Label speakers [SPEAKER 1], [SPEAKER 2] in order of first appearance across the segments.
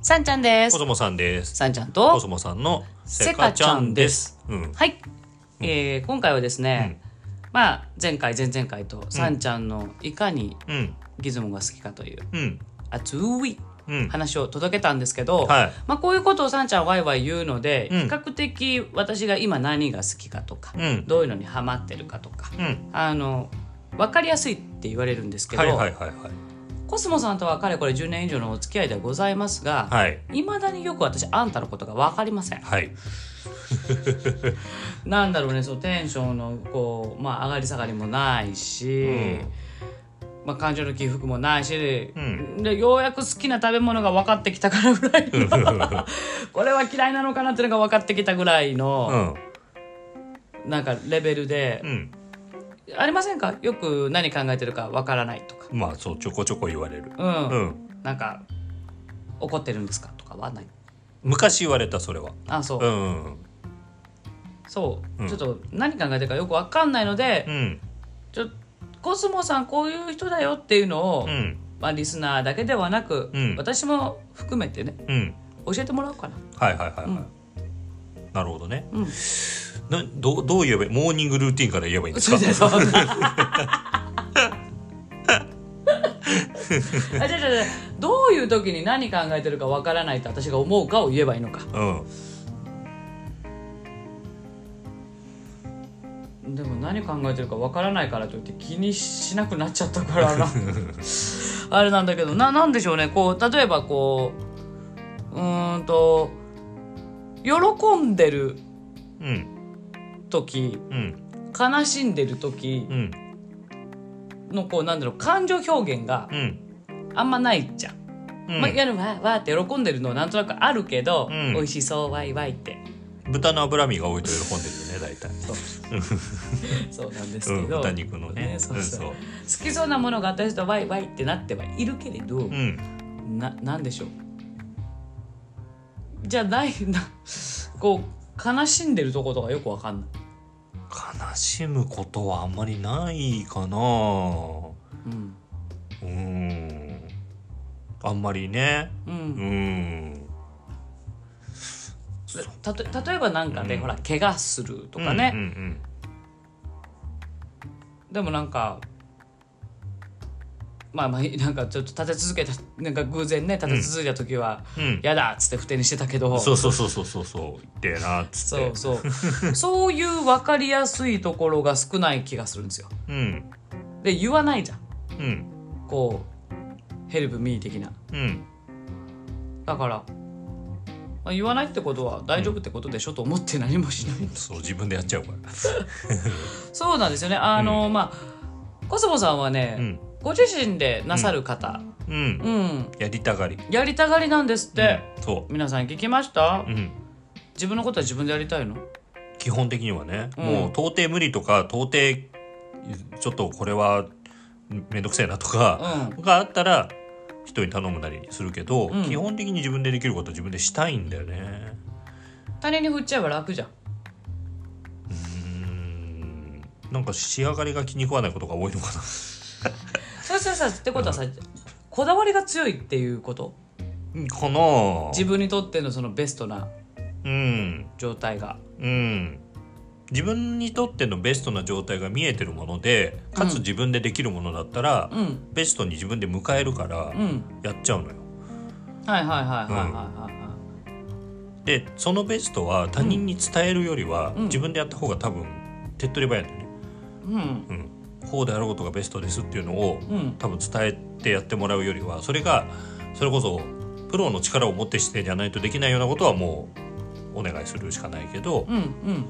[SPEAKER 1] さんちゃんで
[SPEAKER 2] コ
[SPEAKER 1] す
[SPEAKER 2] ス。モさんです。
[SPEAKER 1] さんちゃん
[SPEAKER 2] コ
[SPEAKER 1] と
[SPEAKER 2] ス。モさんの
[SPEAKER 1] セ
[SPEAKER 2] セ
[SPEAKER 1] カ
[SPEAKER 2] カ
[SPEAKER 1] ち
[SPEAKER 2] ち
[SPEAKER 1] ゃ
[SPEAKER 2] ゃ
[SPEAKER 1] ん
[SPEAKER 2] ん
[SPEAKER 1] で
[SPEAKER 2] です
[SPEAKER 1] す。
[SPEAKER 2] うん。
[SPEAKER 1] はい。えー今回はですね、まあ前回前々回とさんちゃんのいかに
[SPEAKER 2] うん。
[SPEAKER 1] ギズモが好きかという
[SPEAKER 2] うん。
[SPEAKER 1] 熱い
[SPEAKER 2] うん。
[SPEAKER 1] 話を届けたんですけど、
[SPEAKER 2] はい
[SPEAKER 1] まあこういうことをさんちゃんはワイワイ言うので、
[SPEAKER 2] うん
[SPEAKER 1] 比較的私が今何が好きかとか、
[SPEAKER 2] うん
[SPEAKER 1] どういうのにハマってるかとか、
[SPEAKER 2] うん。
[SPEAKER 1] あの分かりやすいって言われるんですけど、
[SPEAKER 2] はいはいはいはい。
[SPEAKER 1] コスモさんとはかれこれ10年以上のお付き合いではございますが、
[SPEAKER 2] はい。
[SPEAKER 1] いまだによく私あんたのことが分かりません
[SPEAKER 2] はい。
[SPEAKER 1] なんだろうねそのテンションのこう、まあ、上がり下がりもないし、まあ、感情の起伏もないし、
[SPEAKER 2] ん
[SPEAKER 1] でようやく好きな食べ物が分かってきたからぐらい のこれは嫌いなのかなっていうのが分かってきたぐらいうの、
[SPEAKER 2] ん。
[SPEAKER 1] なんかレベルで
[SPEAKER 2] う、ん。
[SPEAKER 1] ありませんかよく何考えてるか分からないとか、
[SPEAKER 2] まあ、そう、ちょこちょこ言われる。
[SPEAKER 1] うん
[SPEAKER 2] うん。
[SPEAKER 1] なんか怒ってるんですかとかはない
[SPEAKER 2] 昔言われた、それは。
[SPEAKER 1] あそう、
[SPEAKER 2] うん。
[SPEAKER 1] そう、
[SPEAKER 2] うん
[SPEAKER 1] ちょっと何考えてるかよく分かんないので、
[SPEAKER 2] うん。
[SPEAKER 1] ちょコスモさんこういう人だよっていうのを、
[SPEAKER 2] うん。
[SPEAKER 1] まあ、リスナーだけではなく、
[SPEAKER 2] うん
[SPEAKER 1] 私も含めてね
[SPEAKER 2] うん。
[SPEAKER 1] 教えてもらおう かな
[SPEAKER 2] はいはいはい
[SPEAKER 1] うん
[SPEAKER 2] はい。なるほどね。
[SPEAKER 1] うん
[SPEAKER 2] な、どう、どう言えばいい、モーニングルーティンから言えばいいんですか。
[SPEAKER 1] そうそうあじゃあじゃあじゃあどういう時に何考えてるかわからないと私が思うかを言えばいいのか
[SPEAKER 2] うん。
[SPEAKER 1] でも何考えてるかわからないからといって気にしなくなっちゃったから なあれなんだけどななんでしょうねこう例えばこううーんと喜んでる
[SPEAKER 2] うん。
[SPEAKER 1] 時
[SPEAKER 2] うん。
[SPEAKER 1] 悲しんでる時
[SPEAKER 2] うん。
[SPEAKER 1] のこうなんだろう感情表現が
[SPEAKER 2] うん。
[SPEAKER 1] あんまないじゃん。
[SPEAKER 2] うん
[SPEAKER 1] まあ、やるわーわーって喜んでるのはなんとなくあるけど、
[SPEAKER 2] うん
[SPEAKER 1] 美味しそうわいわいって
[SPEAKER 2] 豚の脂身が多いと喜んでるよね、大体。
[SPEAKER 1] そうなんです
[SPEAKER 2] う
[SPEAKER 1] け
[SPEAKER 2] ん、
[SPEAKER 1] ど、
[SPEAKER 2] 豚肉のね。
[SPEAKER 1] ねそうそう
[SPEAKER 2] うん
[SPEAKER 1] 好きそうなものが私とわいわいってなってはいるけれど、
[SPEAKER 2] そう。うん。
[SPEAKER 1] ななんでしょうじゃない なこう悲しんでるとことかよくわかんない、
[SPEAKER 2] 悲しむことはあんまりないかな
[SPEAKER 1] うん
[SPEAKER 2] うんあんまりね
[SPEAKER 1] う、
[SPEAKER 2] うんん
[SPEAKER 1] たと例えばなんかね、
[SPEAKER 2] うん
[SPEAKER 1] ほら怪我するとかね、
[SPEAKER 2] うんうん
[SPEAKER 1] でもなんかまあ まあなんかちょっと立て続けたなんか偶然ね立て続けた時は
[SPEAKER 2] うんう
[SPEAKER 1] 「
[SPEAKER 2] ん
[SPEAKER 1] やだ」っつって不定にしてたけど、
[SPEAKER 2] そうそうそうそうそうそう言ってえなっつっ
[SPEAKER 1] そ
[SPEAKER 2] て
[SPEAKER 1] うそう そういう分かりやすいところが少ない気がするんですよ。
[SPEAKER 2] うん
[SPEAKER 1] で言わないじゃん
[SPEAKER 2] うん
[SPEAKER 1] こう「ヘルプミー」的な。
[SPEAKER 2] うん
[SPEAKER 1] だから、まあ、言わないってことは大丈夫ってことでしょ、と思って何もしない
[SPEAKER 2] そう自分でやっちゃうから
[SPEAKER 1] そうなんですよねあの、まあコスモさんはね、
[SPEAKER 2] うん
[SPEAKER 1] ご自身でなさる方、
[SPEAKER 2] うん
[SPEAKER 1] うん
[SPEAKER 2] やりたがり
[SPEAKER 1] やりたがりなんですって、
[SPEAKER 2] うんそ
[SPEAKER 1] 皆さん聞きました、
[SPEAKER 2] ううん
[SPEAKER 1] 自分のことは自分でやりたいの
[SPEAKER 2] 基本的にはね
[SPEAKER 1] うん
[SPEAKER 2] もう到底無理とか到底ちょっとこれはめんどくせえなとか
[SPEAKER 1] う
[SPEAKER 2] があったら人に頼むなりするけど、
[SPEAKER 1] うん
[SPEAKER 2] 基本的に自分でできることは自分でしたいんだよね
[SPEAKER 1] 他人に振っちゃえば楽じゃん
[SPEAKER 2] うんなんか仕上がりが気に食わないことが多いのかな
[SPEAKER 1] それそれさってことはさ、こだわりが強いっていうこと
[SPEAKER 2] かな
[SPEAKER 1] 自分にとってのそのベストな
[SPEAKER 2] うん
[SPEAKER 1] 状態が
[SPEAKER 2] うん自分にとってのベストな状態が見えてるものでか
[SPEAKER 1] う
[SPEAKER 2] つ
[SPEAKER 1] ん
[SPEAKER 2] 自分でできるものだったら、
[SPEAKER 1] うん
[SPEAKER 2] ベストに自分で迎えるから
[SPEAKER 1] うん
[SPEAKER 2] やっちゃうのよ
[SPEAKER 1] はいはいはいはいはいはい、はい
[SPEAKER 2] でそのベストは他人に伝えるよりは、
[SPEAKER 1] うん
[SPEAKER 2] 自分でやった方が多分手っ取り早いんだよね
[SPEAKER 1] うん
[SPEAKER 2] うん、こうであることがベストですっていうのを、
[SPEAKER 1] うん
[SPEAKER 2] 多分伝えてやってもらうよりはそれがそれこそプロの力を持ってしてじゃないとできないようなことはもうお願いするしかないけど、
[SPEAKER 1] うん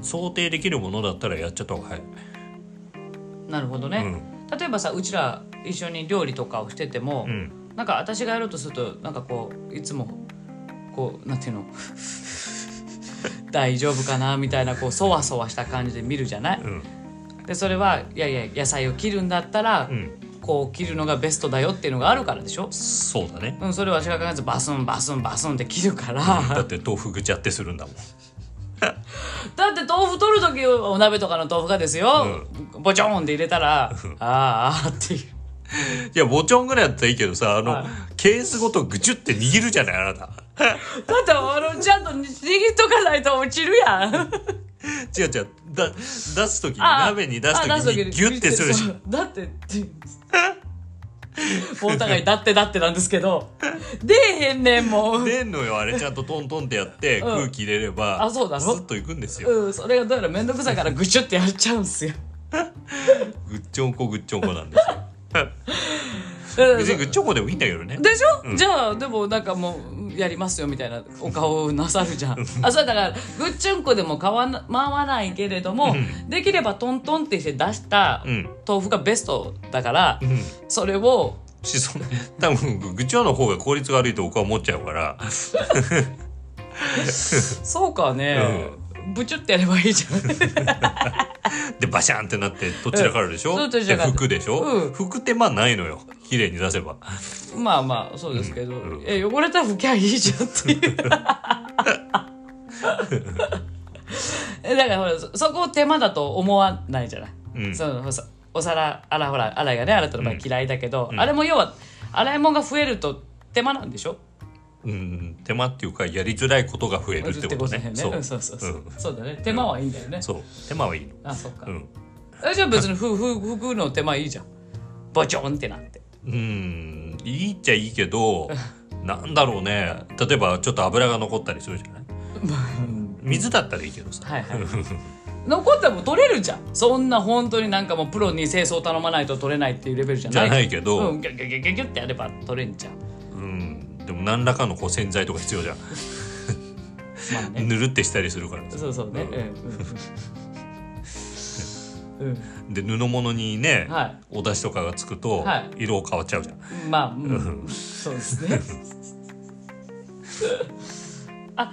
[SPEAKER 2] 想定できるものだったらやっちゃった方が早い。
[SPEAKER 1] うんなるほど
[SPEAKER 2] う
[SPEAKER 1] ね、
[SPEAKER 2] ん
[SPEAKER 1] 例えばさうちら一緒に料理とかをしてても、
[SPEAKER 2] うん
[SPEAKER 1] なんか私がやろうとするとなんかこういつもこうなんていうの 大丈夫かなみたいなこうそわそわした感じで見るじゃない
[SPEAKER 2] うん
[SPEAKER 1] でそれはいやいや野菜を切るんだったら、
[SPEAKER 2] うん
[SPEAKER 1] こう切るのがベストだよっていうのがあるからでしょ、
[SPEAKER 2] そうだね。
[SPEAKER 1] うん、それを私が考えずバスンバスンバスンって切るから、
[SPEAKER 2] だって豆腐ぐちゃってするんだもん。
[SPEAKER 1] だって豆腐取る時お鍋とかの豆腐がですよ、ボチョーンって入れたらあーあーっていう
[SPEAKER 2] いや、ボチョンぐらいだったらいいけどさ、あの、
[SPEAKER 1] はい
[SPEAKER 2] ケースごとぐちゅって握るじゃない、あなた。
[SPEAKER 1] だってあのちゃんと握っとかないと落ちるやん
[SPEAKER 2] 違う違う。だ、出すときに、
[SPEAKER 1] あ
[SPEAKER 2] 鍋に出すときにギュッてする し。
[SPEAKER 1] そうだってってお互いだってだってなんですけど出えへんねんもう
[SPEAKER 2] 出んのよ、あれちゃんとトントンってやって、
[SPEAKER 1] うん
[SPEAKER 2] 空気入れれば、
[SPEAKER 1] あそうだろ
[SPEAKER 2] スッといくんですよ。
[SPEAKER 1] うんそれがどうやら面倒くさいからぐちゅってやっちゃうんすよ
[SPEAKER 2] ぐっちょんこぐっちょんこなんですよ。
[SPEAKER 1] うん
[SPEAKER 2] 別にぐっちょんこでもいいんだけどね。
[SPEAKER 1] でしょ、じゃあでもなんかもうやりますよみたいなお顔をなさるじゃんあそれだからぐっちゅんこでも買わな回わないけれども、できればトントンってして出した
[SPEAKER 2] うん
[SPEAKER 1] 豆腐がベストだから、
[SPEAKER 2] うん。
[SPEAKER 1] それを
[SPEAKER 2] し、その、多分、ぐちょんの方が効率が悪いと僕は思っちゃうから、
[SPEAKER 1] そうかね、ぶちゅってやればいいじゃん
[SPEAKER 2] で、バシャンってなって、どちらからでしょ、
[SPEAKER 1] うんどち
[SPEAKER 2] で
[SPEAKER 1] らから
[SPEAKER 2] 服でしょ、
[SPEAKER 1] うん
[SPEAKER 2] 服手間ないのよ。綺麗に出せば。
[SPEAKER 1] まあまあそうですけど、
[SPEAKER 2] うん
[SPEAKER 1] え汚れたら拭きゃいいじゃんっていう えだからほらそそこを手間だと思わないじゃない、
[SPEAKER 2] うん
[SPEAKER 1] そのほらさお皿洗うほら洗いがね洗ったの場合嫌いだけど、
[SPEAKER 2] ん
[SPEAKER 1] あれも要は洗い物が増えると手間なんでしょ
[SPEAKER 2] うん、手間っていうかやりづらいことが増えるってことね。
[SPEAKER 1] そうそう そうそう、
[SPEAKER 2] ん
[SPEAKER 1] そうだね手間はいいんだよね、
[SPEAKER 2] そう手間はいいの。
[SPEAKER 1] あそっか、
[SPEAKER 2] うん、
[SPEAKER 1] えじゃあ別にふふ拭くの手間いいじゃんボチョンってなって
[SPEAKER 2] うん、いいっちゃいい けど、なんだろうね。例えばちょっと油が残ったりするじゃない。水だったらいいけどさ。
[SPEAKER 1] はいはい残っても取れるじゃんそんな本当になんかもうプロに清掃頼まないと取れないっていうレベルじゃ
[SPEAKER 2] じ
[SPEAKER 1] ない
[SPEAKER 2] ゃないけど、う、
[SPEAKER 1] うんん、ギュッギュッギュッギュッギュッってやれば取れんじゃん
[SPEAKER 2] でも何らかのこう洗剤とか必要じゃん。
[SPEAKER 1] まあね
[SPEAKER 2] ぬるってしたりするからさ。
[SPEAKER 1] そうそうねうん、うんうん
[SPEAKER 2] で布物にね、
[SPEAKER 1] はい
[SPEAKER 2] お出汁とかがつくと、
[SPEAKER 1] はい
[SPEAKER 2] 色変わっちゃうじゃん。
[SPEAKER 1] うん、まあ、うん、そうですねあ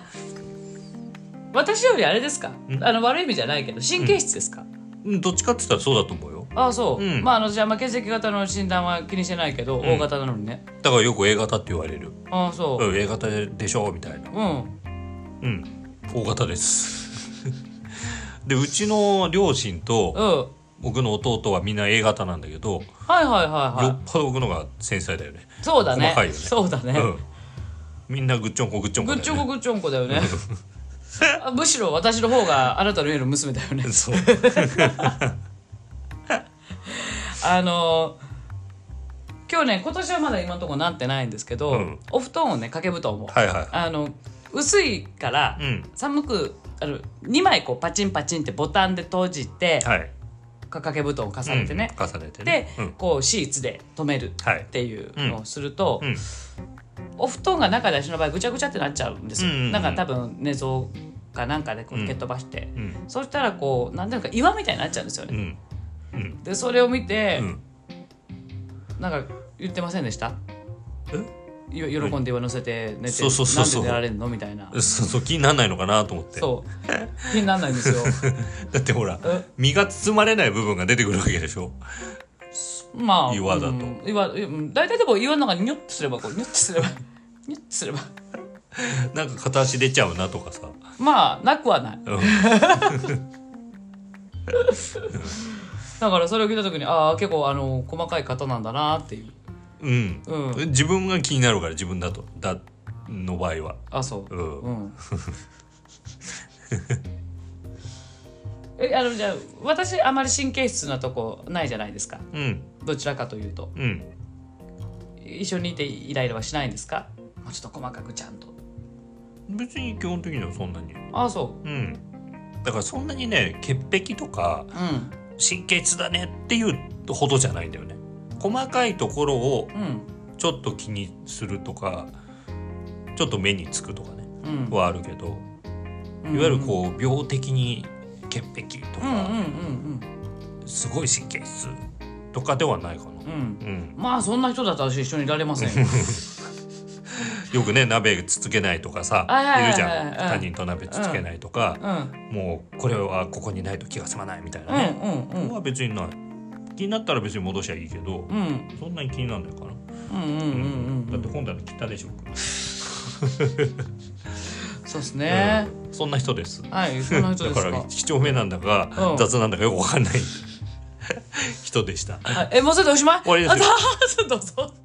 [SPEAKER 1] 私よりあれですかあの悪い意味じゃないけど神経質ですか、
[SPEAKER 2] うんどっちかって言ったらそうだと思うよ。
[SPEAKER 1] ああそう、
[SPEAKER 2] うん
[SPEAKER 1] まああのじゃあまあ血液型の診断は気にしてないけど、O 型なのにね
[SPEAKER 2] だからよく A 型って言われる。
[SPEAKER 1] ああそう、
[SPEAKER 2] うん、A 型でしょみたいな。
[SPEAKER 1] うん
[SPEAKER 2] うん、大 型です。でうちの両親と
[SPEAKER 1] うん
[SPEAKER 2] 僕の弟はみんな A 型なんだけど、
[SPEAKER 1] はいはいはい
[SPEAKER 2] よ
[SPEAKER 1] は
[SPEAKER 2] っぽど僕のが繊細だよね。
[SPEAKER 1] い。そうだね。
[SPEAKER 2] 細かいよね
[SPEAKER 1] そうだね。
[SPEAKER 2] うん、みんなぐっちょんこぐっちょんこ
[SPEAKER 1] ぐ
[SPEAKER 2] だ
[SPEAKER 1] っち
[SPEAKER 2] よ
[SPEAKER 1] ょん
[SPEAKER 2] ね。。
[SPEAKER 1] こぐっちょんこだよね。あむしろ私の方があなたの家の娘だよね
[SPEAKER 2] そう
[SPEAKER 1] あの今日ね今年はまだ今のところなってないんですけど、
[SPEAKER 2] うん
[SPEAKER 1] お布団をね掛け布団も、
[SPEAKER 2] はいはい。
[SPEAKER 1] あの薄いから、
[SPEAKER 2] うん
[SPEAKER 1] 寒くあの2枚こうパチンパチンってボタンで閉じて、
[SPEAKER 2] はい。
[SPEAKER 1] 掛け布団を重ねてね。
[SPEAKER 2] うん重ねて
[SPEAKER 1] で
[SPEAKER 2] ね。、うん、
[SPEAKER 1] こうシーツで留める
[SPEAKER 2] はい
[SPEAKER 1] っていうのをすると、
[SPEAKER 2] うんうん
[SPEAKER 1] お布団が中で私の場合ぐちゃぐちゃってなっちゃうんですよ、
[SPEAKER 2] うんうんうん
[SPEAKER 1] なんか多分寝相かなんかでこう蹴っ飛ばして、
[SPEAKER 2] うん
[SPEAKER 1] そうしたらこう何ていうか岩みたいになっちゃうんですよ
[SPEAKER 2] う
[SPEAKER 1] ね、
[SPEAKER 2] んうん
[SPEAKER 1] でそれを見て、
[SPEAKER 2] うん。
[SPEAKER 1] なんか言ってませんでした
[SPEAKER 2] え
[SPEAKER 1] い喜んで上乗せて寝て、
[SPEAKER 2] そうそうそう
[SPEAKER 1] なん
[SPEAKER 2] そう
[SPEAKER 1] で寝られんのみたいな
[SPEAKER 2] そう そう気にならないのかなと思って。
[SPEAKER 1] そう気にならないんですよ
[SPEAKER 2] だってほら
[SPEAKER 1] え
[SPEAKER 2] 身が包まれない部分が出てくるわけでしょ。
[SPEAKER 1] まあ
[SPEAKER 2] 岩だと
[SPEAKER 1] うん岩うん大体でも岩の中にニュッとすればこうニュッとすればニュッとすれば
[SPEAKER 2] なんか片足出ちゃうなとかさ。
[SPEAKER 1] まあなくはない
[SPEAKER 2] うん
[SPEAKER 1] だからそれを聞いた時にああ結構あの細かい方なんだなっていう
[SPEAKER 2] うん、
[SPEAKER 1] う
[SPEAKER 2] 自分が気になるから自分だとだの場合は、
[SPEAKER 1] あそう
[SPEAKER 2] うん
[SPEAKER 1] うんえあのじゃあ私あまり神経質なとこないじゃないですか
[SPEAKER 2] うん
[SPEAKER 1] どちらかというと
[SPEAKER 2] うん
[SPEAKER 1] 一緒にいてイライラはしないんですかもうちょっと細かくちゃんと
[SPEAKER 2] 別に基本的にはそんなに
[SPEAKER 1] ああそ
[SPEAKER 2] うんだからそんなにね潔癖とか
[SPEAKER 1] ううん
[SPEAKER 2] 神経質だねっていうほどじゃないんだよね細かいところを
[SPEAKER 1] うん
[SPEAKER 2] ちょっと気にするとかちょっと目につくとかね
[SPEAKER 1] うん
[SPEAKER 2] はあるけど
[SPEAKER 1] うん
[SPEAKER 2] いわゆるこう病的に潔癖と
[SPEAKER 1] うんうん
[SPEAKER 2] かすごい神経質とかではないかな
[SPEAKER 1] うんうんうん
[SPEAKER 2] うん
[SPEAKER 1] まあそんな人だったら私一緒にいられません よ
[SPEAKER 2] よくね鍋つつけないとかさ
[SPEAKER 1] はいはいはいい
[SPEAKER 2] るじゃん
[SPEAKER 1] うん
[SPEAKER 2] 他人と鍋つつけないとか
[SPEAKER 1] うん
[SPEAKER 2] もうこれはここにないと気が済まないみたいな
[SPEAKER 1] うん
[SPEAKER 2] ね
[SPEAKER 1] う
[SPEAKER 2] こ
[SPEAKER 1] ん
[SPEAKER 2] こは別にない気になったら別に戻しゃいいけど
[SPEAKER 1] うんうん
[SPEAKER 2] そんなに気にならないかな
[SPEAKER 1] うんうんうんうんう
[SPEAKER 2] だっ
[SPEAKER 1] ん
[SPEAKER 2] て本棚切ったでしょ
[SPEAKER 1] そうですね、
[SPEAKER 2] うんそんな人ですだ
[SPEAKER 1] はいそんな人です
[SPEAKER 2] か
[SPEAKER 1] から
[SPEAKER 2] 几帳面なんだか
[SPEAKER 1] うん
[SPEAKER 2] 雑なんだかよくわかんない一 人でした。
[SPEAKER 1] はいえもうそれでおしまい
[SPEAKER 2] 終わりですよ
[SPEAKER 1] あどうぞどうぞ